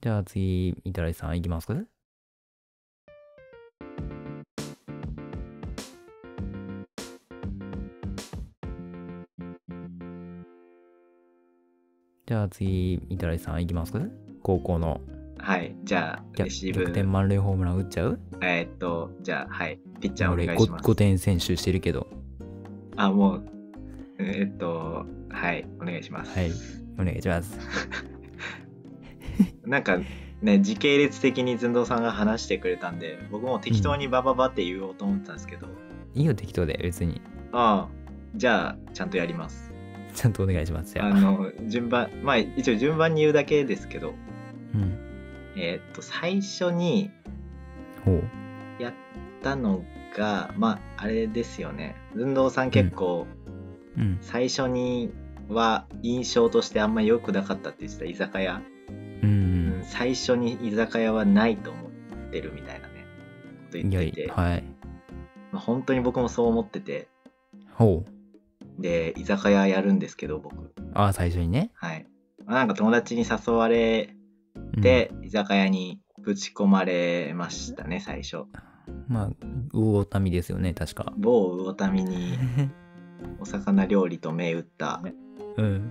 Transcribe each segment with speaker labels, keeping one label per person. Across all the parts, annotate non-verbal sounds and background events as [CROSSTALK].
Speaker 1: じゃあ次、みたらいさんいきますかじゃあ次、みたらいさんいきますか高校の
Speaker 2: はい、じゃあ、レ
Speaker 1: 逆
Speaker 2: シ
Speaker 1: 逆
Speaker 2: ー
Speaker 1: 転
Speaker 2: ブ、
Speaker 1: 満塁ホームラン打っちゃう
Speaker 2: えーっと、じゃあ、はい、ピッチャーお
Speaker 1: 俺
Speaker 2: 願い
Speaker 1: 5,
Speaker 2: します。
Speaker 1: 点選手してるけど。
Speaker 2: あ、もう、えーっと、はい、お願いします。
Speaker 1: はい。お願いします。
Speaker 2: なんか、ね、時系列的に寸胴さんが話してくれたんで、僕も適当にバババって言おうと思ってたんですけど、
Speaker 1: いいよ、適当で、別に。 [LAUGHS]
Speaker 2: ああ、じゃあ、ちゃんとやります。
Speaker 1: ちゃんとお願いします。じゃ
Speaker 2: あ
Speaker 1: あ。
Speaker 2: の、順番、まあ、一応順番に言うだけですけど、
Speaker 1: うん。
Speaker 2: えーっと、最初に
Speaker 1: ほう。
Speaker 2: やったのが、まあ、あれですよね。寸胴さん結構、
Speaker 1: うん。
Speaker 2: 最初には印象としてあんま良くなかったって言ってた居酒屋、
Speaker 1: う
Speaker 2: うん
Speaker 1: ん。
Speaker 2: 最初に居酒屋はないと思ってるみたいなねこと言
Speaker 1: い
Speaker 2: っ
Speaker 1: や
Speaker 2: てい
Speaker 1: い
Speaker 2: て、
Speaker 1: はい。
Speaker 2: まあ、本当に僕もそう思ってて
Speaker 1: ほう。
Speaker 2: で居酒屋やるんですけど僕
Speaker 1: ああ、最初にね。
Speaker 2: はい、まあ、なんか友達に誘われ
Speaker 1: うん、
Speaker 2: て、居酒屋にぶち込まれましたね最初
Speaker 1: まあ、魚民ですよね、確
Speaker 2: [LAUGHS]
Speaker 1: か。
Speaker 2: 某魚民にお魚料理と銘打った
Speaker 1: うん。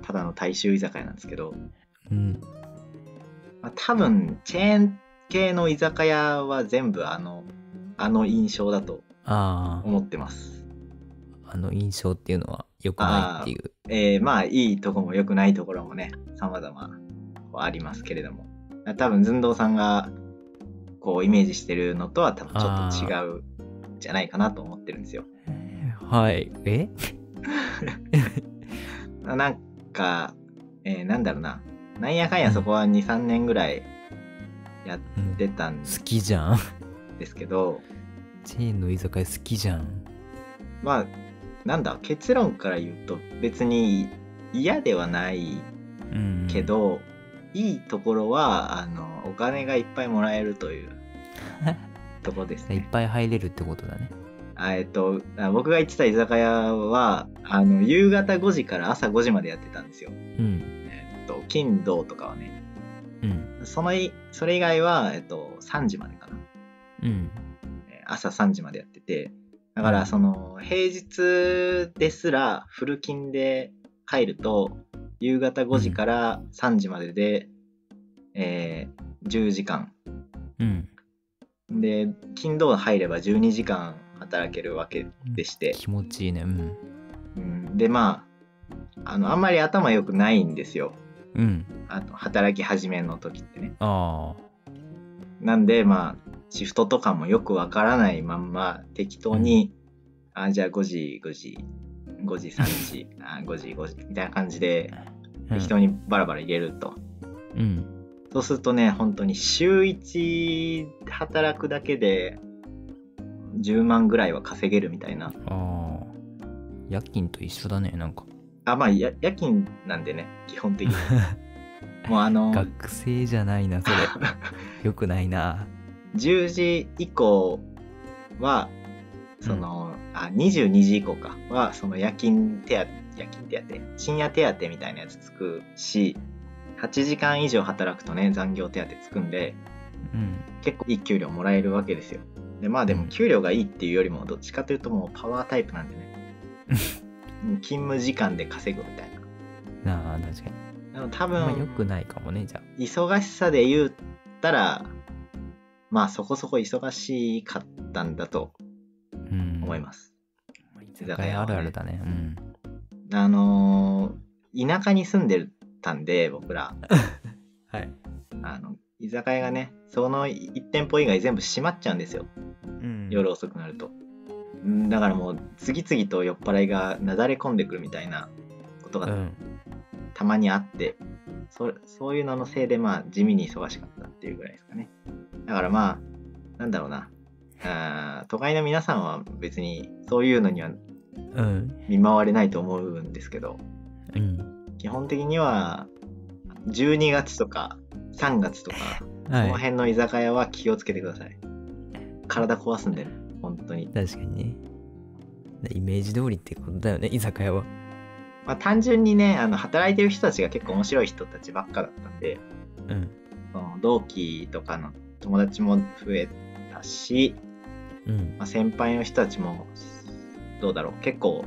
Speaker 2: ただの大衆居酒屋なんですけど
Speaker 1: うん。
Speaker 2: まあ、多分チェーン系の居酒屋は全部あのあの印象だと
Speaker 1: あ
Speaker 2: 思ってます。
Speaker 1: あ、あの印象っていうのは良くないっていう。
Speaker 2: えー、まあいいとこも良くないところもね様々こうありますけれども多分寸胴さんがこうイメージしてるのとは多分ちょっと違うんじゃないかなと思ってるんですよ。
Speaker 1: はい。え
Speaker 2: ななんか、えーなんだろうななんやかんやそこは23年ぐらいや
Speaker 1: うん
Speaker 2: ってたん
Speaker 1: 好きじゃん。 [LAUGHS]
Speaker 2: ですけど、
Speaker 1: チェーンの居酒屋好きじゃん。
Speaker 2: まあなんだ結論から言うと別に嫌ではない
Speaker 1: うん。
Speaker 2: け。ど、いいところはあのお金がいっぱいもらえる
Speaker 1: [LAUGHS]
Speaker 2: というところです
Speaker 1: いっ
Speaker 2: ね。
Speaker 1: ぱい入れるってことだね。
Speaker 2: あえっとあ僕が行ってた居酒屋はあの夕方5時から朝5時までやってたんですよ。
Speaker 1: うん。
Speaker 2: えっと金土とかはね。
Speaker 1: うん。
Speaker 2: そのいそれ以外はえっと3時までかな。
Speaker 1: うん。
Speaker 2: えー朝3時までやっててだか
Speaker 1: う
Speaker 2: ら
Speaker 1: ん
Speaker 2: その平日ですらフル勤で入ると夕方5時から3時までで、えー10時間
Speaker 1: うん。
Speaker 2: で勤労入れば12時間働けるわけでして、
Speaker 1: 気持ちいいね。うん。
Speaker 2: うんでまああのあんまり頭良くないんですよ
Speaker 1: うん。
Speaker 2: あと働き始めの時ってね
Speaker 1: ああ。
Speaker 2: なんでまあシフトとかもよくわからないまんま適当に、あじゃあ5時5時5時3時あ5時5時みたいな感じで
Speaker 1: うん
Speaker 2: 適当にバラバラ入れると、
Speaker 1: うん。
Speaker 2: そうするとね本当に週1働くだけで10万ぐらいは稼げるみたいな
Speaker 1: ああ。夜勤と一緒だね、なんか。
Speaker 2: あまあや夜勤なんでね基
Speaker 1: [LAUGHS]
Speaker 2: 本的にもうあの
Speaker 1: 学生じゃないな、
Speaker 2: [LAUGHS]
Speaker 1: それ。よくないな。
Speaker 2: 10時以降はその、あ22時以降かはその夜勤手当夜勤手当深夜手当みたいなやつつくし8時間以上働くとね残業手当つくんで
Speaker 1: うん。
Speaker 2: 結構いい給料もらえるわけですよでまあで
Speaker 1: う
Speaker 2: も
Speaker 1: ん
Speaker 2: 給料がいいっていうよりもどっちかというともうパワータイプなん
Speaker 1: [LAUGHS]
Speaker 2: でねうん勤務時間で稼ぐみたいな
Speaker 1: なあ、確かに。
Speaker 2: でも多
Speaker 1: まあ、よ
Speaker 2: 分
Speaker 1: くないかもね、じゃ
Speaker 2: 忙しさで言ったらまあそこそこ忙しかったんだと
Speaker 1: あ。うん。
Speaker 2: 思います。
Speaker 1: 居酒屋あるあるだね。うん。
Speaker 2: あのー田舎に住んでたんで僕ら
Speaker 1: はい。
Speaker 2: あの居酒屋がねその1店舗以外全部閉まっちゃうんですよ
Speaker 1: うん。
Speaker 2: 夜遅くなると、うん、だからもう次々と酔っ払いがなだれ込んでくるみたいなこと
Speaker 1: う
Speaker 2: が
Speaker 1: ん。
Speaker 2: たまにあって、そそういうののせいでまあ地味に忙しかったっていうぐらいですかねだからまあなんだろうなあー都会の皆さんは別にそういうのには
Speaker 1: うん。
Speaker 2: 見舞われないと思うんですけど
Speaker 1: うん。
Speaker 2: 基本的には12月とか3月とか、その
Speaker 1: はい。
Speaker 2: 辺の居酒屋は気をつけてください体壊すんで本当に
Speaker 1: 確かにね。でイメージ通りってことだよね、居酒屋は。
Speaker 2: まあ単純にねあの働いてる人たちが結構面白い人たちばっかだったんで
Speaker 1: うん。
Speaker 2: その同期とかの友達も増えたし、
Speaker 1: うん
Speaker 2: [LAUGHS] まあ、先輩の人たちもどうだろう結構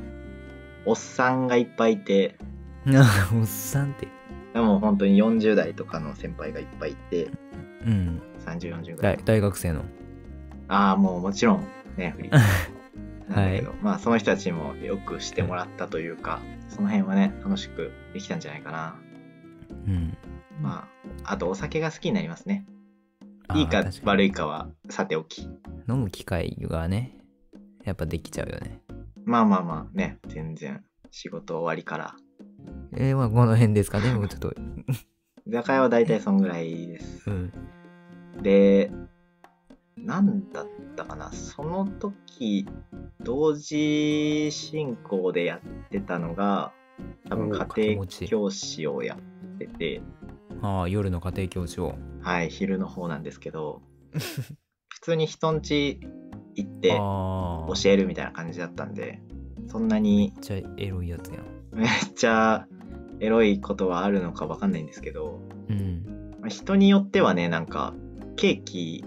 Speaker 2: おっさんがいっぱいいて
Speaker 1: あおっさんって
Speaker 2: でも本当に40代とかの先輩がいっぱいいて
Speaker 1: うん
Speaker 2: 3040ぐら
Speaker 1: 大
Speaker 2: い
Speaker 1: 大学生の [LAUGHS]
Speaker 2: ああもうもちろんねフリーなんだけど、まあその人たちにもよくしてもらったというかその辺はね楽しくできたんじゃないかな
Speaker 1: うん
Speaker 2: まああとお酒が好きになりますね
Speaker 1: あー
Speaker 2: いいか
Speaker 1: 確に
Speaker 2: 悪いかはさておき
Speaker 1: 飲む機会がねやっぱできちゃうよね
Speaker 2: まあまあまあね全然仕事終わりから
Speaker 1: えー、まあこの辺ですかねも
Speaker 2: [LAUGHS]
Speaker 1: うちょっと
Speaker 2: 居酒屋は大体そんぐらいです
Speaker 1: うん
Speaker 2: で、なんだったかな、その時、同時進行でやってたのが、多分
Speaker 1: おー
Speaker 2: 家庭
Speaker 1: 掛け持ち
Speaker 2: 教師をやってて、
Speaker 1: ああ夜の家庭教師を
Speaker 2: はい、昼の方なんです
Speaker 1: [LAUGHS]
Speaker 2: けど、普通に人ん家行って
Speaker 1: ああ
Speaker 2: 教えるみたいな感じだったんで、そんな
Speaker 1: めっ
Speaker 2: に
Speaker 1: ちゃエロいやつやん
Speaker 2: めっちゃエロいことはあるのかわかんないんですけど、
Speaker 1: うん
Speaker 2: まあ人によってはね、なんかケーキ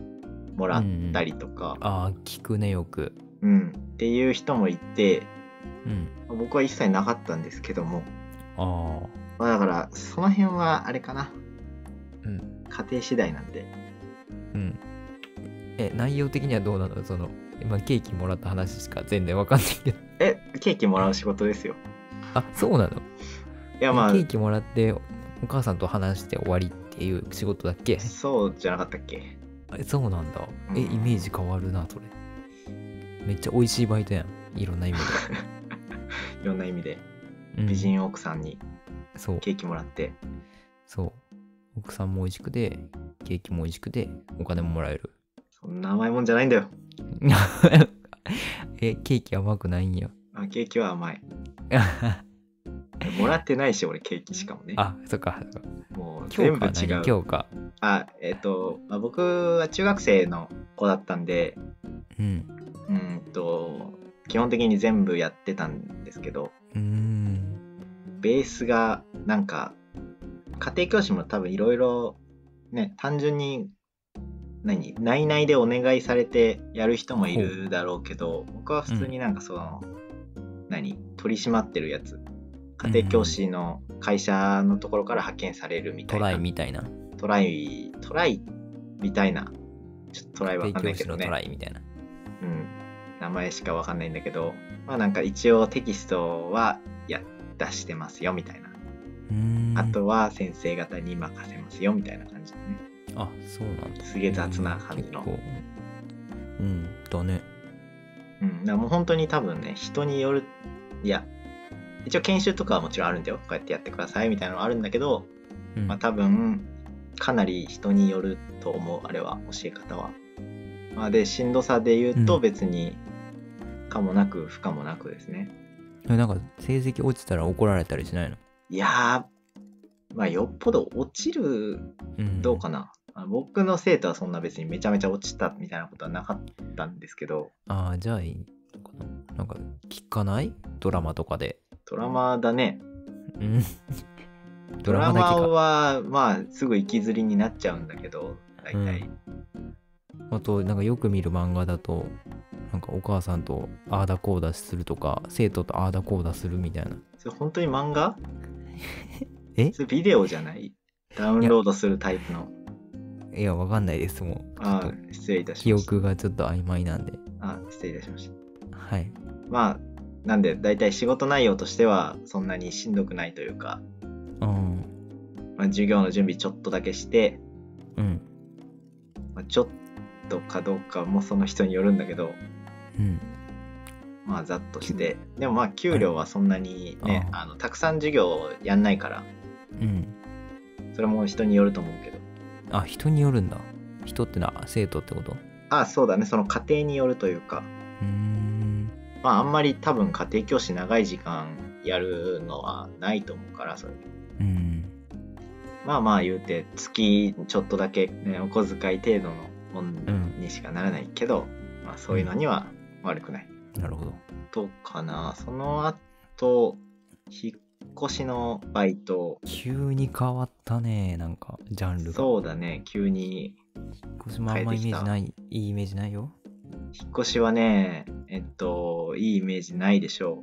Speaker 2: もらったりとか、
Speaker 1: ああ聞くねよく
Speaker 2: うん、っていう人もいて
Speaker 1: うん
Speaker 2: 僕は一切なかったんですけども、
Speaker 1: ああ
Speaker 2: まあ、だからその辺はあれかな
Speaker 1: うん
Speaker 2: 家庭次第なんで
Speaker 1: うんえ内容的にはどうなのその今ケーキもらった話しか全然わかんないけど [LAUGHS]
Speaker 2: えケーキもらう仕事ですよ
Speaker 1: あそうなの
Speaker 2: いやま
Speaker 1: ケーキもらってお母さんと話して終わりっていう仕事だっけ
Speaker 2: あそうじゃなかったっけ
Speaker 1: えそうなんだえ
Speaker 2: うん
Speaker 1: イメージ変わるなそれめっちゃ美味しいバイトやんいろん
Speaker 2: [LAUGHS]
Speaker 1: な意味
Speaker 2: いろんな意味で
Speaker 1: で、うん
Speaker 2: 美人奥さんに
Speaker 1: そう
Speaker 2: ケーキもらって
Speaker 1: そう奥さんも美味しくてケーキも美味しくてお金ももらえる [LAUGHS]
Speaker 2: そんな甘いもんじゃないんだよ
Speaker 1: えケーキ甘くないんや
Speaker 2: あケーキは甘いもらってないし俺ケーキしかもね
Speaker 1: あそっかそっか
Speaker 2: もう全
Speaker 1: 今日
Speaker 2: 部
Speaker 1: か
Speaker 2: 違
Speaker 1: 何
Speaker 2: う
Speaker 1: 今日か
Speaker 2: あえっ、と、まあ、僕は中学生の子だったんで
Speaker 1: うん
Speaker 2: うーんと基本的に全部やってたんですけど
Speaker 1: うーん
Speaker 2: ベースがなんか家庭教師も多分いろいろね単純に何内々でお願いされてやる人もいるだろうけど僕は普通になんかその、何取り締まってるやつ家庭教師の会社のところから派遣されるみた
Speaker 1: ト
Speaker 2: いな、
Speaker 1: ライみたいな
Speaker 2: トライトライみたいなちょっとトライわ
Speaker 1: 提
Speaker 2: かんない
Speaker 1: 供
Speaker 2: け
Speaker 1: 師
Speaker 2: ど
Speaker 1: の
Speaker 2: ね
Speaker 1: トライみたいな
Speaker 2: うん、名前しかわかんないんだけど、まあなんか一応テキストはや出してますよみたいな。
Speaker 1: うーん
Speaker 2: あとは先生方に任せますよみたいな感じのね。
Speaker 1: あそうなんだ
Speaker 2: すげえ雑な感じ
Speaker 1: う
Speaker 2: の
Speaker 1: ん。結構うんだね
Speaker 2: うん、だからもう本当に多分ね、人による、いや、一応研修とかはもちろんあるんだよ。こうやってやってくださいみたいなのはあるんだけど、
Speaker 1: うん
Speaker 2: まあ多分、かなり人によると思う、あれは、教え方は。まあで、しんどさで言う
Speaker 1: う
Speaker 2: と
Speaker 1: ん
Speaker 2: 別に、かもなく不可もなくですね。
Speaker 1: えなんか成績落ちたら怒られたりしないの、
Speaker 2: いやー、まあ、よっぽど落ちる、
Speaker 1: うん、
Speaker 2: どうかな。あ僕の生徒はそんな別にめちゃめちゃ落ちたみたいなことはなかったんですけど、
Speaker 1: ああじゃあいいのかななんか聞かないドラマとかで、
Speaker 2: ドラマだね。
Speaker 1: うん、
Speaker 2: [LAUGHS] ド
Speaker 1: ド
Speaker 2: ラ
Speaker 1: ラマだ
Speaker 2: マ
Speaker 1: けか
Speaker 2: は、まあ、すぐ行きずりになっちゃうんだけど、大体。
Speaker 1: あとなんかよく見る漫画だとなんかお母さんとああだこうだするとか生徒とああだこうだするみたいな
Speaker 2: それ本当に漫画
Speaker 1: え
Speaker 2: それビデオじゃないダウンロードするタイプの。
Speaker 1: いやわかんないですもうちょっ
Speaker 2: あ
Speaker 1: と
Speaker 2: ー失礼いたし
Speaker 1: 記
Speaker 2: ました。
Speaker 1: 憶がちょっと曖昧なんで
Speaker 2: あー失礼いたしました。
Speaker 1: はい
Speaker 2: まあ、なんで、大体仕事内容としては、そんなにしんどくないというか、
Speaker 1: うん
Speaker 2: まあ、授業の準備ちょっとだけして、
Speaker 1: うん
Speaker 2: まあ、ちょっとかどうかもその人によるんだけど、
Speaker 1: うん
Speaker 2: まあ、ざっとして、でもまあ、給料はそんなにね、
Speaker 1: あ
Speaker 2: あのたくさん授業をやんないから、
Speaker 1: うん
Speaker 2: それも人によると思うけど、
Speaker 1: あ人によるんだ人ってのは生徒ってことう
Speaker 2: ああ、そうだね、その家庭によるというか、
Speaker 1: ーん
Speaker 2: まあ、あんまり多分家庭教師長い時間やるのはないと思うから、それ
Speaker 1: うん
Speaker 2: まあまあ言うて、月ちょっとだけ、ね、お小遣い程度のもんにしかならないけど、まあ、そういうのには悪くない。
Speaker 1: なるほど
Speaker 2: とかなその後引っ越しのバイト
Speaker 1: 急に変わったねなんかジャンルが
Speaker 2: そうだね急
Speaker 1: 引
Speaker 2: に
Speaker 1: っ越しもあんまイメージないいいイメージないよ
Speaker 2: 引っ越しはねえっといいイメージないでしょ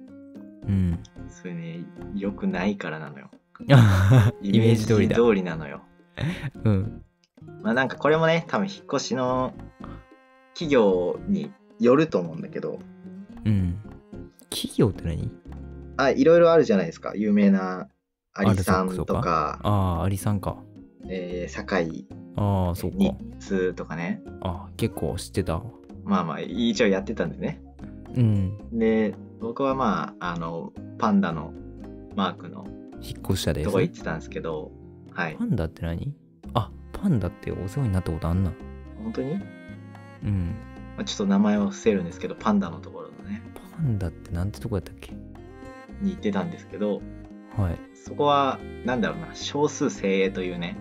Speaker 1: うん
Speaker 2: [LAUGHS] うそれね良くないからなのよ
Speaker 1: イメージ通りだ
Speaker 2: イメージ通りなのよ
Speaker 1: うん
Speaker 2: まあなんかこれもね多分引っ越しの企業によると思うんだけど
Speaker 1: うん企業って何
Speaker 2: あいろいろあるじゃないですか有名なアリさ
Speaker 1: あ
Speaker 2: ん
Speaker 1: そ
Speaker 2: と
Speaker 1: うかそう
Speaker 2: か
Speaker 1: ああアリさんか
Speaker 2: えー堺
Speaker 1: ああそっか
Speaker 2: 日通とかね
Speaker 1: あー結構知ってたわ
Speaker 2: まあまあ一応やってたんでね
Speaker 1: うん
Speaker 2: で僕はまああのパンダのマークの
Speaker 1: 引っ越したです
Speaker 2: とこ行ってたんですけどはい
Speaker 1: パンダって何あパンダってお世話になったことあんな
Speaker 2: 本当に、ま
Speaker 1: うん
Speaker 2: あ、ちょっと名前を伏せるんですけどパンダのところのね
Speaker 1: パンダってなんてとこやったっけ
Speaker 2: に行ってたんですけど
Speaker 1: はい
Speaker 2: そこはなんだろうな少数精鋭というね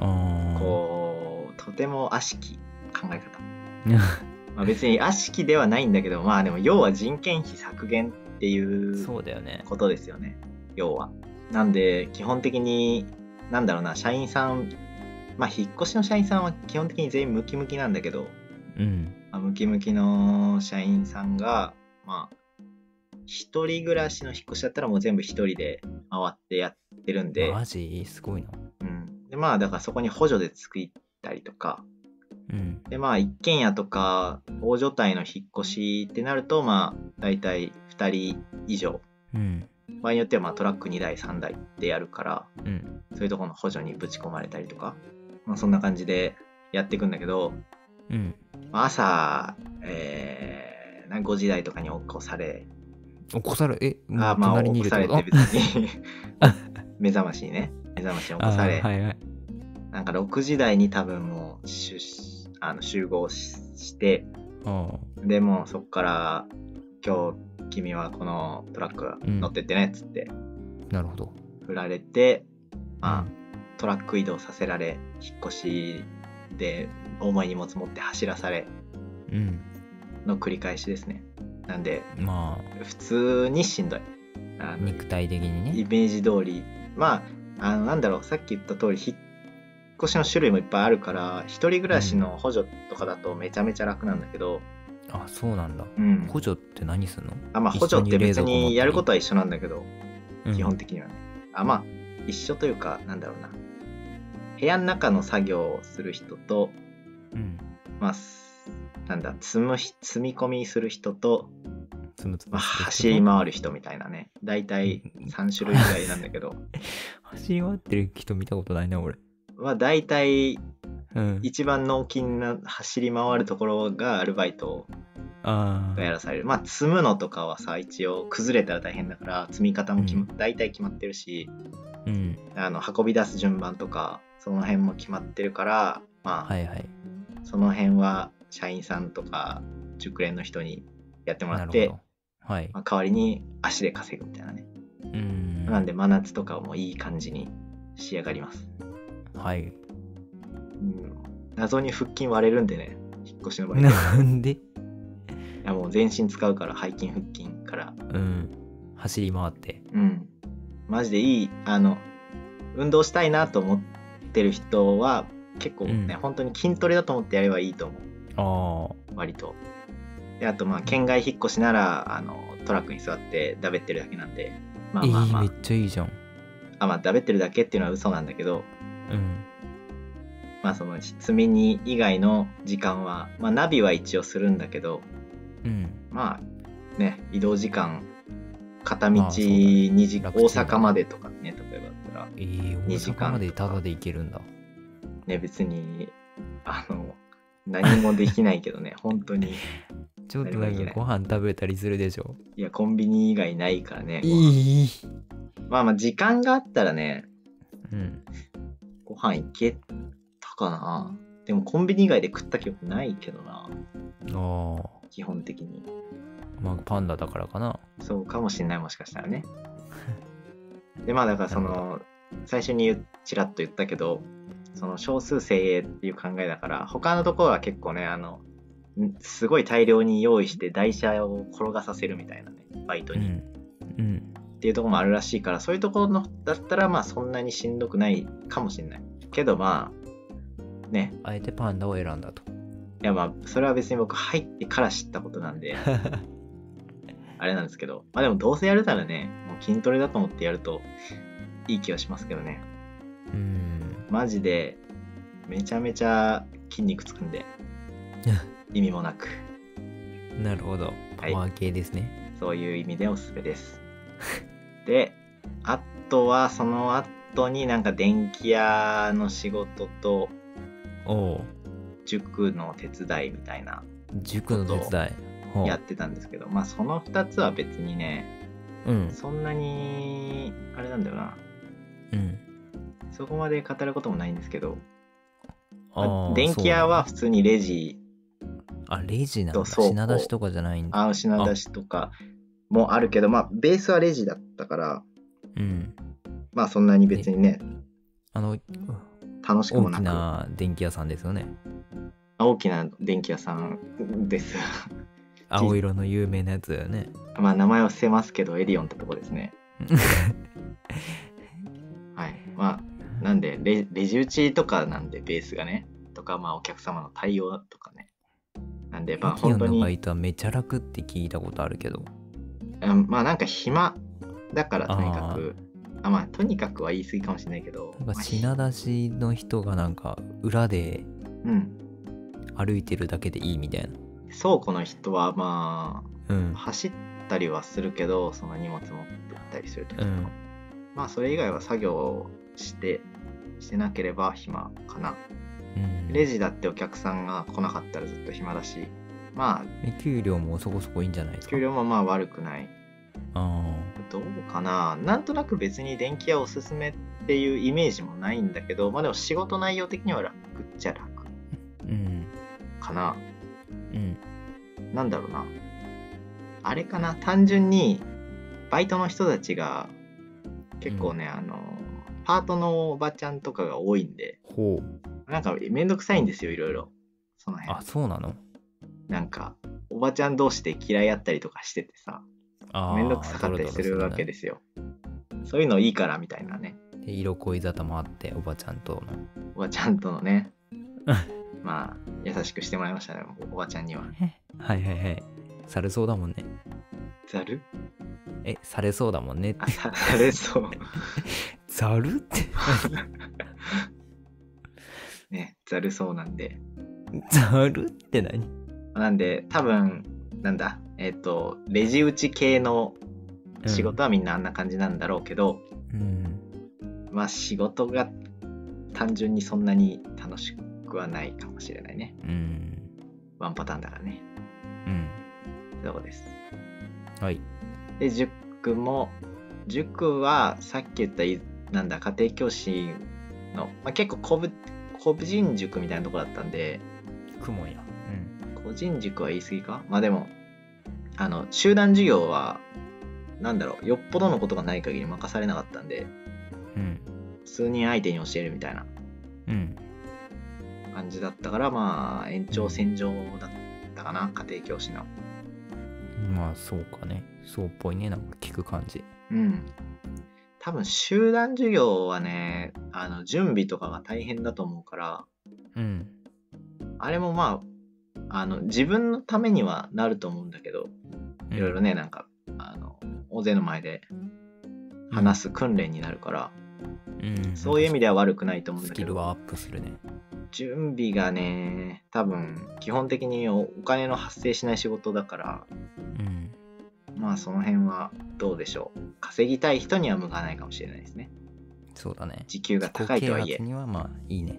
Speaker 1: ああ [LAUGHS]
Speaker 2: こうとても悪しき考え方、
Speaker 1: う
Speaker 2: まあ、別に悪しきではないんだけどまあでも要は人件費削減っていう
Speaker 1: そうだよね
Speaker 2: ことですよね要はなんで基本的になんだろうな社員さんまあ引っ越しの社員さんは基本的に全員ムキムキなんだけど、
Speaker 1: うん
Speaker 2: まあムキムキの社員さんがまあ一人暮らしの引っ越しだったらもう全部一人で回ってやってるんで、
Speaker 1: マジすごいな
Speaker 2: うん、でまあだからそこに補助で作ったりとか
Speaker 1: うん
Speaker 2: でまあ一軒家とか大所帯の引っ越しってなるとまあ大体2人以上
Speaker 1: うん
Speaker 2: 場合によってはまあトラック2台3台ってやるから
Speaker 1: うん
Speaker 2: そういうところの補助にぶち込まれたりとか、まあ、そんな感じでやっていくんだけど、
Speaker 1: うん
Speaker 2: まあ朝、えー、なんか5時台とかに起こされ、
Speaker 1: 起こされえも
Speaker 2: あ
Speaker 1: う
Speaker 2: まあ
Speaker 1: 隣に
Speaker 2: 起
Speaker 1: いる
Speaker 2: こ
Speaker 1: ってこ
Speaker 2: され
Speaker 1: と
Speaker 2: て別に
Speaker 1: [LAUGHS]
Speaker 2: [LAUGHS] 目覚ましにね目覚ましに起こされ、
Speaker 1: あーはいはい
Speaker 2: なんか6時台に多分もう出あの集合しして
Speaker 1: あ
Speaker 2: でもうそこから今日君はこのトラック乗ってってねっつって
Speaker 1: あなるほど
Speaker 2: 振られて、まあ、
Speaker 1: うん
Speaker 2: トラック移動させられ引っ越しで重い荷物持って走らされ
Speaker 1: うん
Speaker 2: の繰り返しですねなんで
Speaker 1: ま
Speaker 2: 普通にしんどいあ
Speaker 1: あ
Speaker 2: の
Speaker 1: 肉体的に
Speaker 2: イ
Speaker 1: ね
Speaker 2: メージ通りまああのなんだろうさっき言った通り引っ越しの種類もいっぱいあるから一人暮らしの補助とかだとめちゃめちゃ楽なんだけど、
Speaker 1: あそうなんだ
Speaker 2: うん
Speaker 1: 補助って何すんの
Speaker 2: あまあ、補
Speaker 1: 一緒
Speaker 2: 助
Speaker 1: に
Speaker 2: って別
Speaker 1: 冷蔵庫持った
Speaker 2: に
Speaker 1: り
Speaker 2: やることは一緒なんだけど、
Speaker 1: うん
Speaker 2: 基本的にはねあまあ一緒というかなんだろうな部屋の中の作業をする人と
Speaker 1: うん
Speaker 2: まあ、すなんだ積むひ積み込みする人と、
Speaker 1: つむつむ
Speaker 2: まあ、走り回る人みたいなね大体3種類ぐらいなんだ
Speaker 1: [LAUGHS]
Speaker 2: けど
Speaker 1: 走り回ってる人見たことないな俺
Speaker 2: まあ大体
Speaker 1: うん
Speaker 2: 一番納金な走り回るところがアルバイト
Speaker 1: あ
Speaker 2: が
Speaker 1: あ
Speaker 2: やらされるまあ積むのとかはさ一応崩れたら大変だから積み方も決、ま大体決まってるし
Speaker 1: うん
Speaker 2: あの運び出す順番とかその辺も決まってるからまあ、
Speaker 1: はいはい
Speaker 2: その辺は社員さんとか熟練の人にやってもら
Speaker 1: な
Speaker 2: っ
Speaker 1: る
Speaker 2: て
Speaker 1: ほどはい
Speaker 2: まあ、代わりに足で稼ぐみたいなね、
Speaker 1: うん
Speaker 2: なんで真夏とかもいい感じに仕上がります、
Speaker 1: はい
Speaker 2: うん、謎に腹筋割れるんでね引っ越しの場合い
Speaker 1: なんで
Speaker 2: やもう全身使うから背筋腹筋から
Speaker 1: うん走り回って
Speaker 2: うんマジでいいあの運動したいなと思ってる人は結構ね、
Speaker 1: うん
Speaker 2: 本当に筋トレだと思ってやればいいと思う
Speaker 1: ああ
Speaker 2: 割とであとまあ県外引っ越しならあのトラックに座ってだべってるだけなんでまあ
Speaker 1: え
Speaker 2: まあま
Speaker 1: ー
Speaker 2: あ,、
Speaker 1: めっちゃいいじゃん
Speaker 2: あまあだべってるだけっていうのは嘘なんだけど
Speaker 1: うん
Speaker 2: まあその積み荷以外の時間は、まあナビは一応するんだけど、
Speaker 1: うん
Speaker 2: まあね、移動時間、片道
Speaker 1: まあそうだね
Speaker 2: 2時、
Speaker 1: 楽
Speaker 2: 大
Speaker 1: ちんだね
Speaker 2: 阪までとかね、例えばだったら、
Speaker 1: えー、
Speaker 2: 二
Speaker 1: 大
Speaker 2: 時間
Speaker 1: 阪までタダで行けるんだ
Speaker 2: ね、別に、あの、何もできないけどね、本当に。
Speaker 1: ちょっと
Speaker 2: 何も
Speaker 1: な
Speaker 2: でき
Speaker 1: ん
Speaker 2: な
Speaker 1: かご
Speaker 2: い
Speaker 1: 飯食べたりするでしょ
Speaker 2: いや、コンビニ以外ないからね。
Speaker 1: いい
Speaker 2: まあまあ、時間があったらね、
Speaker 1: うん
Speaker 2: ご飯行けたかな。でも、コンビニ以外で食った記憶ないけど
Speaker 1: あ
Speaker 2: な、
Speaker 1: あ
Speaker 2: 基本的に。
Speaker 1: まあパンダだからかな
Speaker 2: そうかもしれないもしかしたらね。でまあだからそ
Speaker 1: な
Speaker 2: の最初に言ちらっと言ったけどその少数精鋭っていう考えだから他のところは結構ねあのんすごい大量に用意して台車を転がさせるみたいなねバイト
Speaker 1: う
Speaker 2: に、
Speaker 1: んうん
Speaker 2: っていうところもあるらしいからそういうところのだったらまあそんなにしんどくないかもしれないけどまあね
Speaker 1: あえてパンダを選んだと。
Speaker 2: いやまあそれは別に僕入ってから知ったことなんであれなんですけどまあでもどうせやるならねもう筋トレだと思ってやるといい気はしますけどね
Speaker 1: うん。
Speaker 2: マジでめちゃめちゃ筋肉つくんで意味もなく
Speaker 1: なるほど。パワー系ですね。
Speaker 2: そういう意味でおすすめです。で、あとはその後になんか電気屋の仕事と
Speaker 1: おう
Speaker 2: 塾の手伝いみたいな
Speaker 1: 塾の手伝い。ほう
Speaker 2: やってたんですけど、まあその2つは別にね、
Speaker 1: うん。
Speaker 2: そんなに、あれなんだよな、
Speaker 1: うん。
Speaker 2: そこまで語ることもないんですけど、まあ
Speaker 1: ー
Speaker 2: 電気屋は普通にレ
Speaker 1: そうなん
Speaker 2: ジ、
Speaker 1: だあ、レジなん
Speaker 2: と
Speaker 1: だ。
Speaker 2: 倉庫
Speaker 1: 品出しとかじゃないんだ。
Speaker 2: あー品出しとかもあるけど、まあベースはレジだったから、
Speaker 1: うん。
Speaker 2: まあそんなに別にね、
Speaker 1: あの、
Speaker 2: 楽しくも
Speaker 1: 大
Speaker 2: な
Speaker 1: き
Speaker 2: く、
Speaker 1: な電気屋さんですよね。
Speaker 2: 大きな電気屋さんです。 [LAUGHS]
Speaker 1: 青色の有名なやつだよね。
Speaker 2: まあ名前は伏せますけどエディオンってとこです
Speaker 1: [LAUGHS]
Speaker 2: ね。はい。まあなんでレレジ打ちとかなんでベースがねとかまあお客様の対応とかね。なんでまあ
Speaker 1: エキオ
Speaker 2: 本
Speaker 1: ン
Speaker 2: 当
Speaker 1: のバ
Speaker 2: に
Speaker 1: イトはめちゃ楽って聞いたことあるけど。
Speaker 2: うんまあなんか暇だからとにか
Speaker 1: あ
Speaker 2: くあまあとにかくは言い過ぎかもしれないけど。
Speaker 1: なんか品出しの人がなんか裏で
Speaker 2: うん。
Speaker 1: 歩いてるだけでいいみたいな。
Speaker 2: 倉庫の人はま
Speaker 1: うん
Speaker 2: あ。走ったりはするけどその荷物持ってったりするとき
Speaker 1: う
Speaker 2: とか。
Speaker 1: ん。
Speaker 2: まあそれ以外は作業をしてしてなければ暇かな。
Speaker 1: うん、
Speaker 2: レジだってお客さんが来なかったらずっと暇だしま
Speaker 1: え給料もそこそこいいんじゃないで
Speaker 2: あ
Speaker 1: すか
Speaker 2: 給料もまあ悪くない
Speaker 1: あ
Speaker 2: どうかななんとなく別に電気屋おすすめっていうイメージもないんだけどまあでも仕事内容的には楽っちゃ楽
Speaker 1: あうん
Speaker 2: かな
Speaker 1: うん
Speaker 2: なんだろうなあれかな単純にバイトの人たちが結構ね、あのパートのおばちゃんとかが多いんで
Speaker 1: ほう
Speaker 2: なんかめんどくさいんですよいろいろその辺
Speaker 1: あそうなの
Speaker 2: なんかおばちゃん同士で嫌い合ったりとかしててさ
Speaker 1: ああ
Speaker 2: めんどくさかったりするわけ
Speaker 1: で
Speaker 2: ですよ。そういうのいいからみたいなね。
Speaker 1: 色恋沙汰もあっておばちゃんとの
Speaker 2: おばちゃんとのね。 [LAUGHS] まあ、優しくしてもらいましたね、おばちゃんには。
Speaker 1: はいはいはいされそうだもんね
Speaker 2: ざる
Speaker 1: えされそうだもんね
Speaker 2: あ、さされそう。
Speaker 1: [LAUGHS] ざるって [LAUGHS]
Speaker 2: ね、ざるそうなんで。
Speaker 1: ざるって何
Speaker 2: なんで、多分なんだ、えっ、と、レジ打ち系の仕事はみんなあんな感じなんだろうけど、
Speaker 1: うん
Speaker 2: まあ、仕事が単純にそんなに楽しくはないかもしれないね。
Speaker 1: うん
Speaker 2: ワンパターンだからね。
Speaker 1: うん
Speaker 2: そうです。
Speaker 1: はい
Speaker 2: で塾も塾はさっき言ったいなんだ家庭教師の、まあ、結構個ぶ個人塾みたいなとこだったんで
Speaker 1: 雲やうん
Speaker 2: 個人塾は言い過ぎかまあでもあの集団授業はなんだろうよっぽどのことがない限り任されなかったんで
Speaker 1: うん
Speaker 2: 数人相手に教えるみたいな
Speaker 1: うん
Speaker 2: 感じだったからまあ延長線上だったかな家庭教師の
Speaker 1: まあそうかねそうっぽいねなんか聞く感じ
Speaker 2: うん多分集団授業はねあの準備とかが大変だと思うから
Speaker 1: うん
Speaker 2: あれもまあ、あの、自分のためにはなると思うんだけど、いろいろね、なんか、あの、大勢の前で話す訓練になるから、
Speaker 1: うん
Speaker 2: そういう意味では悪くないと思うん
Speaker 1: ス
Speaker 2: だけ
Speaker 1: キル
Speaker 2: ど、
Speaker 1: はアップするね
Speaker 2: 準備がね、多分、基本的におお金の発生しない仕事だから、
Speaker 1: うん
Speaker 2: まあその辺はどうでしょう。稼ぎたい人には向かないかもしれないですね。
Speaker 1: そうだね
Speaker 2: 時給が高いとはい
Speaker 1: 自己啓
Speaker 2: え
Speaker 1: 発。にはまあいいね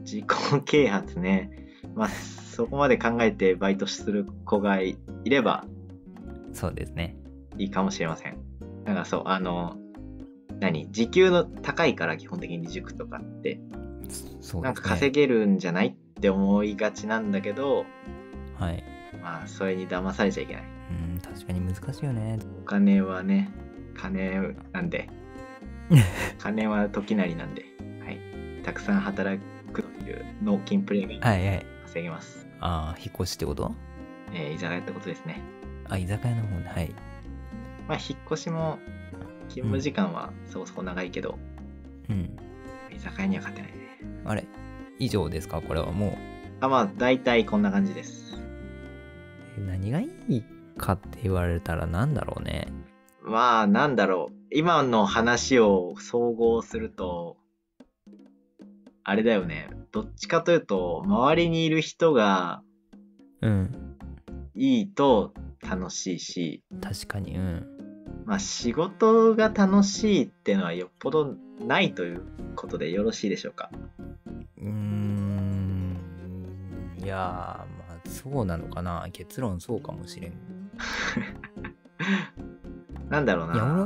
Speaker 2: 自己啓発ね。まあ、そこまで考えてバイトする子がいいれば、
Speaker 1: そうですね
Speaker 2: いいかもしれません。だからそう、あの、何時給の高いから基本的に塾とかって、
Speaker 1: そうですね
Speaker 2: なんか稼げるんじゃないって思いがちなんだけど、
Speaker 1: はい
Speaker 2: まあ、それに騙されちゃいけない。
Speaker 1: うん確かに難しいよね
Speaker 2: お金はね、金なんで、金は時なりなんで、はい。たくさん働くという納金プレミアム
Speaker 1: はいはい
Speaker 2: 稼げます。
Speaker 1: ああ引っ越しってこと
Speaker 2: えー居酒屋ってことですね。
Speaker 1: あ居酒屋の方ねはい
Speaker 2: まあ、引っ越しも勤務時間はそこそこ長いけど、
Speaker 1: うん。
Speaker 2: 居酒屋には勝てないね
Speaker 1: あれ以上ですかこれはもう。
Speaker 2: あまあ大体こんな感じです
Speaker 1: え何がいいかって言われたらなんだろうね。
Speaker 2: まあなんだろう今の話を総合するとあれだよねどっちかというと周りにいる人が
Speaker 1: うん。
Speaker 2: いいと楽しいし
Speaker 1: 確かに、うん。
Speaker 2: まあ仕事が楽しいってのはよっぽどないということでよろしいでしょうか
Speaker 1: うーん。いやー、まあそうなのかな。結論そうかもしれん。い
Speaker 2: なんだろう
Speaker 1: や、俺
Speaker 2: な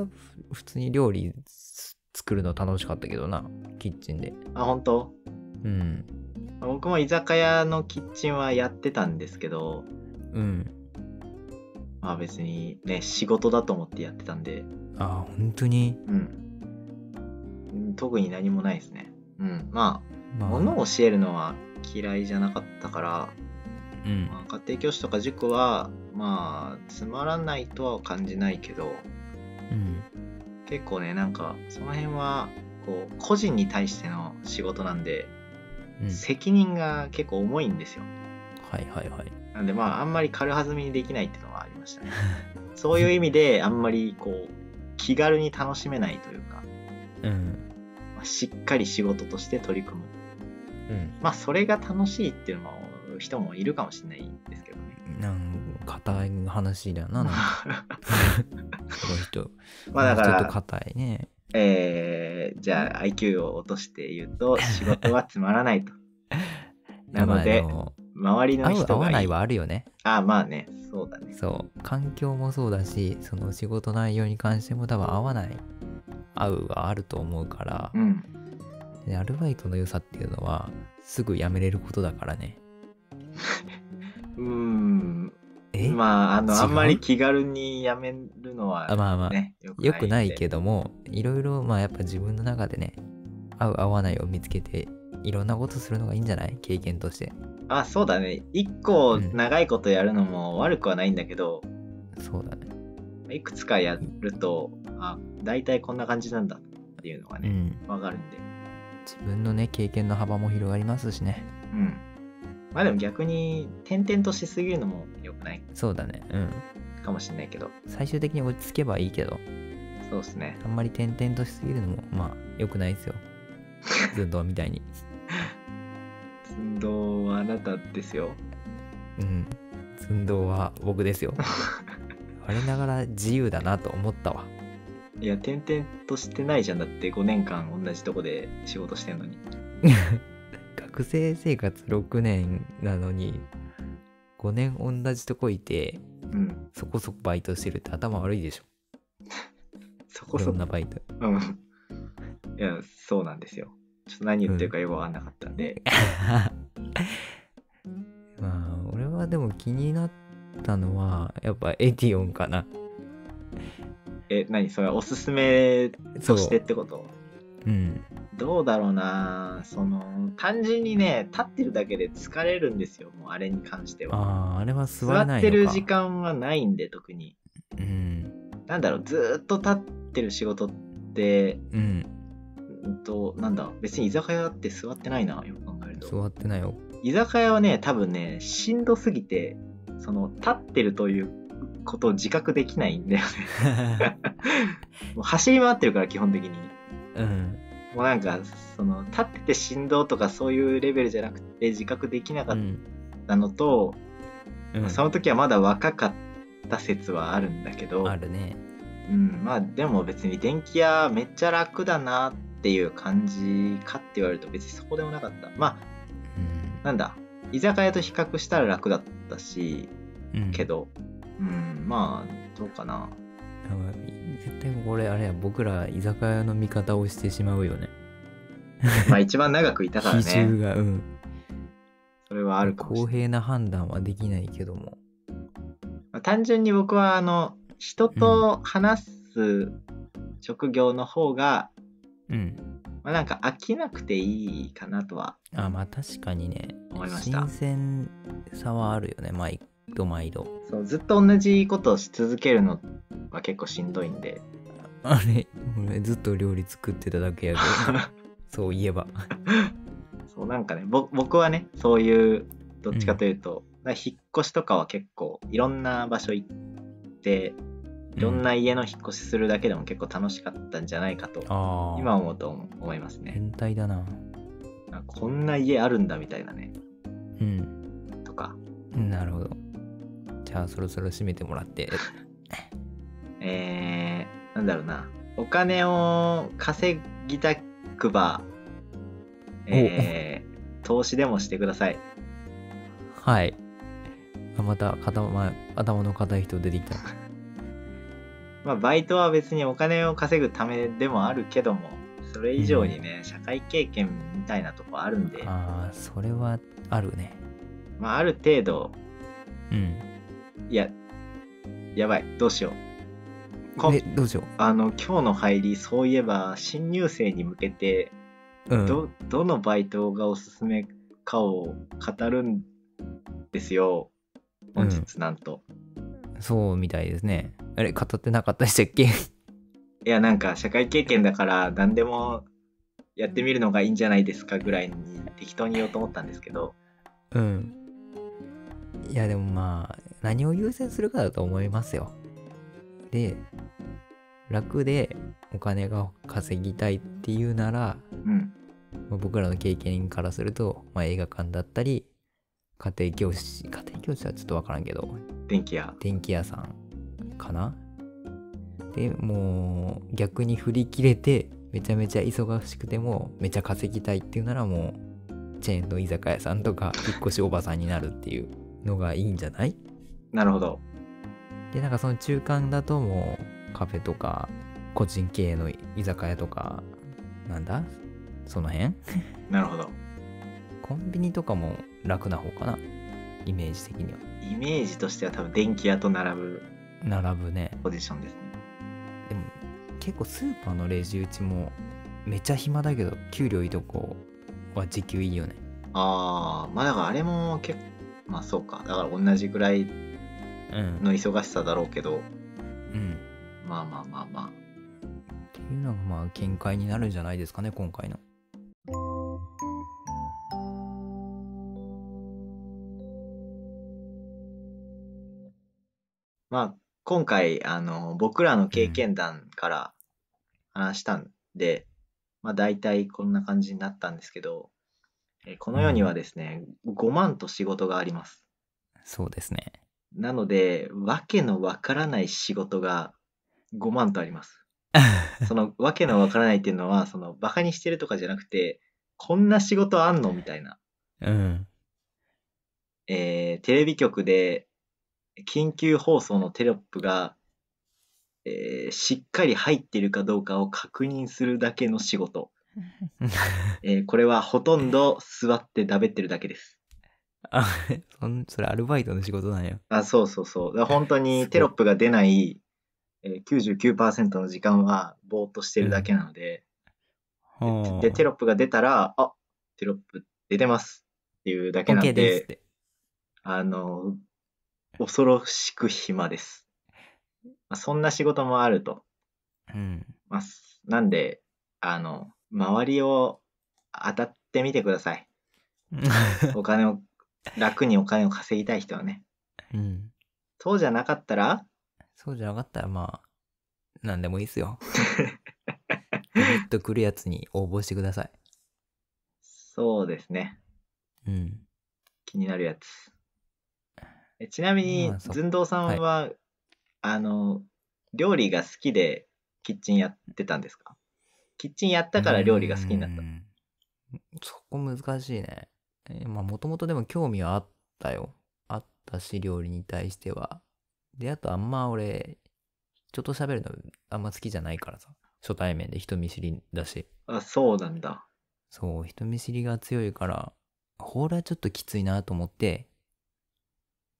Speaker 1: はふ普通に料理す作るの楽しかったけどな。キッチンで。
Speaker 2: あ本当
Speaker 1: うん。
Speaker 2: 僕も居酒屋のキッチンはやってたんですけど
Speaker 1: うん。
Speaker 2: まあ別にね仕事だと思ってやってたんで
Speaker 1: あー、本当に。
Speaker 2: うんうん特に何もないですねうんまあ
Speaker 1: まあ、
Speaker 2: 物を教えるのは嫌いじゃなかったから、
Speaker 1: うん。
Speaker 2: まあ、家庭教師とか塾はまあつまらないとは感じないけど
Speaker 1: うん。
Speaker 2: 結構ねなんかその辺はこう個人に対しての仕事なんで、
Speaker 1: うん。
Speaker 2: 責任が結構重いんですよ
Speaker 1: はいはいはい。
Speaker 2: なんでまああんまり軽はずみにできないっていうのはありまし
Speaker 1: [LAUGHS]
Speaker 2: たねそういう意味であんまりこう気軽に楽しめないというか、
Speaker 1: うん。
Speaker 2: まあしっかり仕事として取り組む
Speaker 1: うん。
Speaker 2: まあそれが楽しいっていうのも人もいるかもしれないですけどね
Speaker 1: なんか、硬い話だ
Speaker 2: [LAUGHS]
Speaker 1: な。なんかこの人。
Speaker 2: まあだか
Speaker 1: ちょっと
Speaker 2: ら、
Speaker 1: 硬いね。
Speaker 2: えー、じゃあ IQ を落として言うと仕事はつま
Speaker 1: [LAUGHS]
Speaker 2: らないとなので
Speaker 1: まあも
Speaker 2: 周りの
Speaker 1: 合う合
Speaker 2: 人
Speaker 1: わ
Speaker 2: が
Speaker 1: ないい
Speaker 2: い
Speaker 1: はあるよね
Speaker 2: あまあねそうだね
Speaker 1: そう環境もそうだしその仕事内容に関しても多分合わない合うがあると思うから
Speaker 2: う、ん
Speaker 1: でアルバイトの良さっていうのはすぐ辞めれることだからね
Speaker 2: うーん
Speaker 1: え、ま
Speaker 2: まああの
Speaker 1: 違う
Speaker 2: あんまり気軽に辞めるのは
Speaker 1: あ、まあまあ、
Speaker 2: ね
Speaker 1: 良くない
Speaker 2: ど
Speaker 1: けどもいろいろまあやっぱ自分の中でね合う合わないを見つけていろんなことするのがいいんじゃない経験として
Speaker 2: あそうだね一個
Speaker 1: うん
Speaker 2: 長いことやるのも悪くはないんだけど、
Speaker 1: そうだね
Speaker 2: いくつかやるとあ大体こんな感じなんだっていうのが
Speaker 1: う
Speaker 2: ね
Speaker 1: ん
Speaker 2: わ、かるんで
Speaker 1: 自分のね経験の幅も広がりますしね
Speaker 2: うんまあでも逆に転々としすぎるのも良くない
Speaker 1: そうだねうん
Speaker 2: かもしれないけど
Speaker 1: 最終的に落ち着けばいいけど
Speaker 2: そうですね
Speaker 1: あんまり転々としすぎるのもまあ良くないです [LAUGHS] よずっとみたいに
Speaker 2: 寸胴はあなたですよ
Speaker 1: うん寸胴は僕です [LAUGHS] よ我ながら自由だなと思ったわ
Speaker 2: いや転々としてないじゃんだって5年間同じとこで仕事してんのに
Speaker 1: 学生生活6年なのに5年同じとこいて
Speaker 2: うん
Speaker 1: そこそこバイトしてるって頭悪いでしょ
Speaker 2: そこ
Speaker 1: い
Speaker 2: そ
Speaker 1: ろ
Speaker 2: こ
Speaker 1: んなバイト
Speaker 2: うんいやそうなんですよちょっと何言ってるかよくわかんなかったんで、
Speaker 1: [LAUGHS] まあ俺はでも気になったのはやっぱエディオンかな
Speaker 2: え何それおすすめ
Speaker 1: そ
Speaker 2: と
Speaker 1: う
Speaker 2: してってこと
Speaker 1: うん
Speaker 2: どうだろうなその単純にね立ってるだけで疲れるんですよもうあれに関しては
Speaker 1: あああれは座
Speaker 2: 座
Speaker 1: れな
Speaker 2: っ
Speaker 1: いのか
Speaker 2: てる時間はないんで特に
Speaker 1: うん
Speaker 2: なんだろうずーっと立ってる仕事って
Speaker 1: うん
Speaker 2: うんとなんだ別に居酒屋って座ってないなよく考えると
Speaker 1: 座ってない
Speaker 2: [LAUGHS]
Speaker 1: よ
Speaker 2: 居酒屋はね多分ねしんどすぎてその立ってるということを自覚できないんだよね [LAUGHS] もう走り回ってるから基本的に
Speaker 1: うん
Speaker 2: もうなんかその立ってて振動とかそういうレベルじゃなくて自覚できなか
Speaker 1: う
Speaker 2: っ
Speaker 1: ん
Speaker 2: たのと、
Speaker 1: うん
Speaker 2: その時はまだ若かった説はあるんだけど
Speaker 1: あるね
Speaker 2: うん、まあでも別に電気屋めっちゃ楽だなっていう感じかって言われると別にそうでもなかったまあ
Speaker 1: う
Speaker 2: なんだ居酒屋と比較したら楽だったし
Speaker 1: んうん
Speaker 2: けどうんまあどうかな
Speaker 1: やばい絶対これあれや僕ら居酒屋の見方をしてしまうよね
Speaker 2: まあ一番長くいたから [LAUGHS]
Speaker 1: 比重
Speaker 2: ね
Speaker 1: がうん
Speaker 2: それはあるかもしれ
Speaker 1: 公
Speaker 2: ない
Speaker 1: 平な判断はできないけども
Speaker 2: まあ単純に僕はあの人と話す職業の方が、
Speaker 1: うん
Speaker 2: まあ、なんか飽きなくていいかなとは
Speaker 1: あまあ確かにね
Speaker 2: 思いました
Speaker 1: 新鮮さはあるよね毎度毎度
Speaker 2: そうずっと同じことをし続けるのは結構しんどいんで
Speaker 1: あれ俺ずっと料理作ってただけやけ
Speaker 2: [LAUGHS]
Speaker 1: どそういえば
Speaker 2: そうなんかねぼ僕はねそういうどっちかというと、なんか引っ越しとかは結構いろんな場所行っていろんな家の引っ越しするだけでも結構楽しかったんじゃないかと、
Speaker 1: ああ
Speaker 2: 今思うと思思いますね
Speaker 1: 変態だな
Speaker 2: あこんな家あるんだみたいなね
Speaker 1: うん
Speaker 2: とか
Speaker 1: なるほどじゃあそろそろ締めてもら
Speaker 2: [LAUGHS]
Speaker 1: って
Speaker 2: えー、なんだろうなお金を稼ぎたくばえー、投資でもしてください
Speaker 1: はいあまた頭,、ま頭の硬い人出てきた
Speaker 2: まあ、バイトは別にお金を稼ぐためでもあるけども、それ以上にね、社会経験みたいなとこあるんで、
Speaker 1: ああそれはあるね
Speaker 2: まあ、ある程度、
Speaker 1: うん
Speaker 2: いや、やばい、どうしよう。こ
Speaker 1: えどうしよ
Speaker 2: あの、今日の入り、そういえば、新入生に向けて、
Speaker 1: う、うん、
Speaker 2: ど、どのバイトがおすすめかを語るんですよ。本日なんと。
Speaker 1: そうみたいですねあれ語ってなかったでしたっけ
Speaker 2: いや、なんか、社会経験だから、何でもやってみるのがいいんじゃないですかぐらいに適当に言おうと思ったんですけど、
Speaker 1: うんいやでもまあ何を優先するかだと思いますよで楽でお金が稼ぎたいっていうなら
Speaker 2: うん。
Speaker 1: まあ僕らの経験からすると、まあ、映画館だったり家庭教師家庭教師はちょっと分からんけど
Speaker 2: 電気屋
Speaker 1: 電気屋さんかなでもう逆に振り切れてめちゃめちゃ忙しくてもめちゃ稼ぎたいっていうならもうチェーンの居酒屋さんとか引っ越しおばさんになるっていうのがいいんじゃない
Speaker 2: なるほど
Speaker 1: でなんかその中間だともうカフェとか個人経営の居酒屋とかなんだその辺
Speaker 2: なるほど
Speaker 1: コンビニとかも楽な方かなイメージ的には
Speaker 2: イメージとしては多分電気屋と並ぶ
Speaker 1: 並ぶね
Speaker 2: ポジションですね
Speaker 1: でも結構スーパーのレジ打ちもめちゃ暇だけど給料いいとこは時給いいよね
Speaker 2: ああまあだからあれも結構まあそうかだから同じぐらい
Speaker 1: うん
Speaker 2: の忙しさだろうけど
Speaker 1: うん
Speaker 2: まあまあまあま
Speaker 1: っていうのがまあ見解になるんじゃないですかね今回の
Speaker 2: あまあ今回あの僕らの経験談から話したんで、まあ大体こんな感じになったんですけどえーこの世にはですね、5万と仕事があります
Speaker 1: そうですね
Speaker 2: なので、わけのわからない仕事が5万とあります。そのわけのわからないっていうのは、そのバカにしてるとかじゃなくて、こんな仕事あんのみたいな。
Speaker 1: うん
Speaker 2: えー、テレビ局で緊急放送のテロップが、えー、しっかり入ってるかどうかを確認するだけの
Speaker 1: [LAUGHS]
Speaker 2: 仕事。えー、これはほとんど座ってだべってるだけです。
Speaker 1: あそんそれアルバイトの仕事なんや
Speaker 2: あ、そうそうそう。だから本当にテロップが出ない、えー、99%の時間はぼーっとしてるだけなので、で、テ
Speaker 1: ロ
Speaker 2: ロップが出たら、あ、テロップ出てますっていうだけなん
Speaker 1: OK
Speaker 2: で、
Speaker 1: ですって
Speaker 2: あの、恐ろしく暇です。まあ、そんな仕事もあると。
Speaker 1: [LAUGHS] うん
Speaker 2: まあ、すなんで、あの、周りを当たってみてくだ
Speaker 1: [LAUGHS]
Speaker 2: さい。お金を、楽にお金を稼ぎたい人はね。
Speaker 1: うん
Speaker 2: そうじゃなかったら、
Speaker 1: そうじゃなかったらまあ何でもいいっす [LAUGHS] よビビッとくるやつに応募してください
Speaker 2: そうですね。
Speaker 1: うん
Speaker 2: 気になるやつ。えちなみに
Speaker 1: まあ、そ
Speaker 2: 寸胴さんは、あの、料理が好きでキッチンやってたんですかキッチンやったから料理が好きになった
Speaker 1: う。んそこ難しいねえーまあもともとでも興味はあったよあったし料理に対してはであとあんま俺ちょっと喋るのあんま好きじゃないからさ初対面で人見知りだし
Speaker 2: あ、そうなんだ。
Speaker 1: そう人見知りが強いからほーらちょっときついなと思って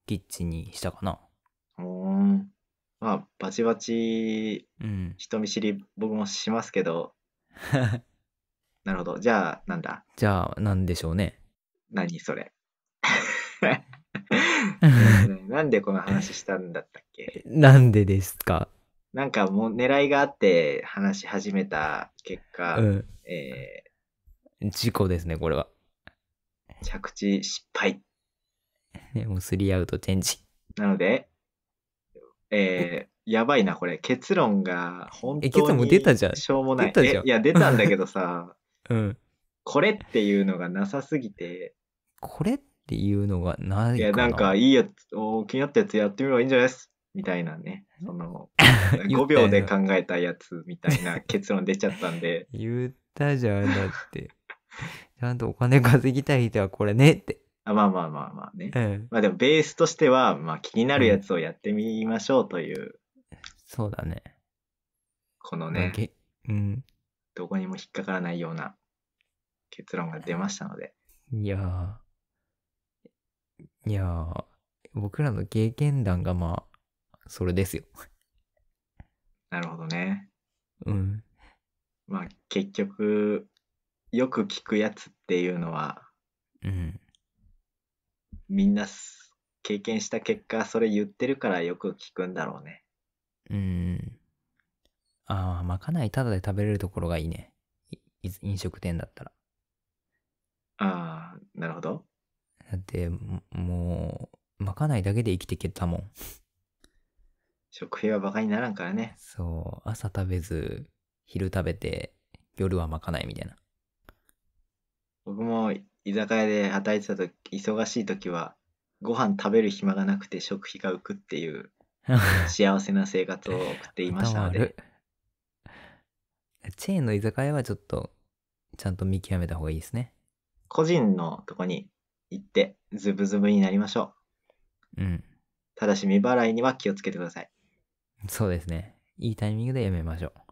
Speaker 1: キッチンにしたかな
Speaker 2: うーん。まあ、バチバチ
Speaker 1: うん
Speaker 2: 人見知り僕もしますけど、なるほど。じゃあ、なんだ
Speaker 1: [LAUGHS] じゃあなんでしょうね
Speaker 2: 何それ。 [LAUGHS] なんでこの話したんだったっけ
Speaker 1: なんでですか
Speaker 2: なんかもう狙いがあって話し始めた結果、
Speaker 1: うん。
Speaker 2: え
Speaker 1: 事故ですね、これは。
Speaker 2: ー着地失敗。
Speaker 1: ねもうスリーアウトチェンジ。
Speaker 2: なので、えーやばいな、これ。結論が本当
Speaker 1: え
Speaker 2: に。
Speaker 1: 結論もう出たじゃん
Speaker 2: しょうもない。
Speaker 1: 出たじゃん
Speaker 2: えいや、出たんだけどさ、
Speaker 1: うん。
Speaker 2: これっていうのがなさすぎて、
Speaker 1: これっていうのがないいかな。
Speaker 2: や、なんかいいやつ、お気になったやつやってみればいいんじゃないですみたいなね。
Speaker 1: [LAUGHS]
Speaker 2: その、
Speaker 1: 言
Speaker 2: 5
Speaker 1: ったよ
Speaker 2: 秒で考えたやつみたいな結論出ちゃったんで、 [LAUGHS]
Speaker 1: 言ったじゃん、だって。 [LAUGHS] ちゃんとお金稼ぎたい人はこれねって。
Speaker 2: あまあまあまあまあね。
Speaker 1: うん。
Speaker 2: まあでもベースとしては、まあ気になるやつをやってみましょうという、
Speaker 1: そうだね。
Speaker 2: この
Speaker 1: まあ
Speaker 2: ね、
Speaker 1: げうん。
Speaker 2: どこにも引っかからないような結論が出ましたので。
Speaker 1: いやー。いやー。僕らの経験談がまあ、それですよ。
Speaker 2: なるほどね。
Speaker 1: うん。
Speaker 2: まあ結局、よく聞くやつっていうのは、
Speaker 1: うん。
Speaker 2: みんなす経験した結果、それ言ってるからよく聞くんだろうね。
Speaker 1: うん。ああ、まかないただで食べれるところがいいね。いい飲食店だったら。
Speaker 2: ああ、なるほど。
Speaker 1: だって、ももう、まかないだけで生きていけたもん。
Speaker 2: 食費はバカにならんからね。
Speaker 1: そう、朝食べず、昼食べて、夜はまかないみたいな。
Speaker 2: 僕も居酒屋で働いてた時、忙しい時は、ご飯食べる暇がなくて食費が浮くっていう [LAUGHS] 幸せな生活を送っていましたので、
Speaker 1: 頭悪いチェーンの居酒屋はちょっと、ちゃんと見極めた方がいいですね。
Speaker 2: 個人のとこに行って、ズブズブになりましょ
Speaker 1: う
Speaker 2: う。
Speaker 1: ん。
Speaker 2: ただし未払いには気をつけてください。
Speaker 1: そうですね。いいタイミングでやめましょう。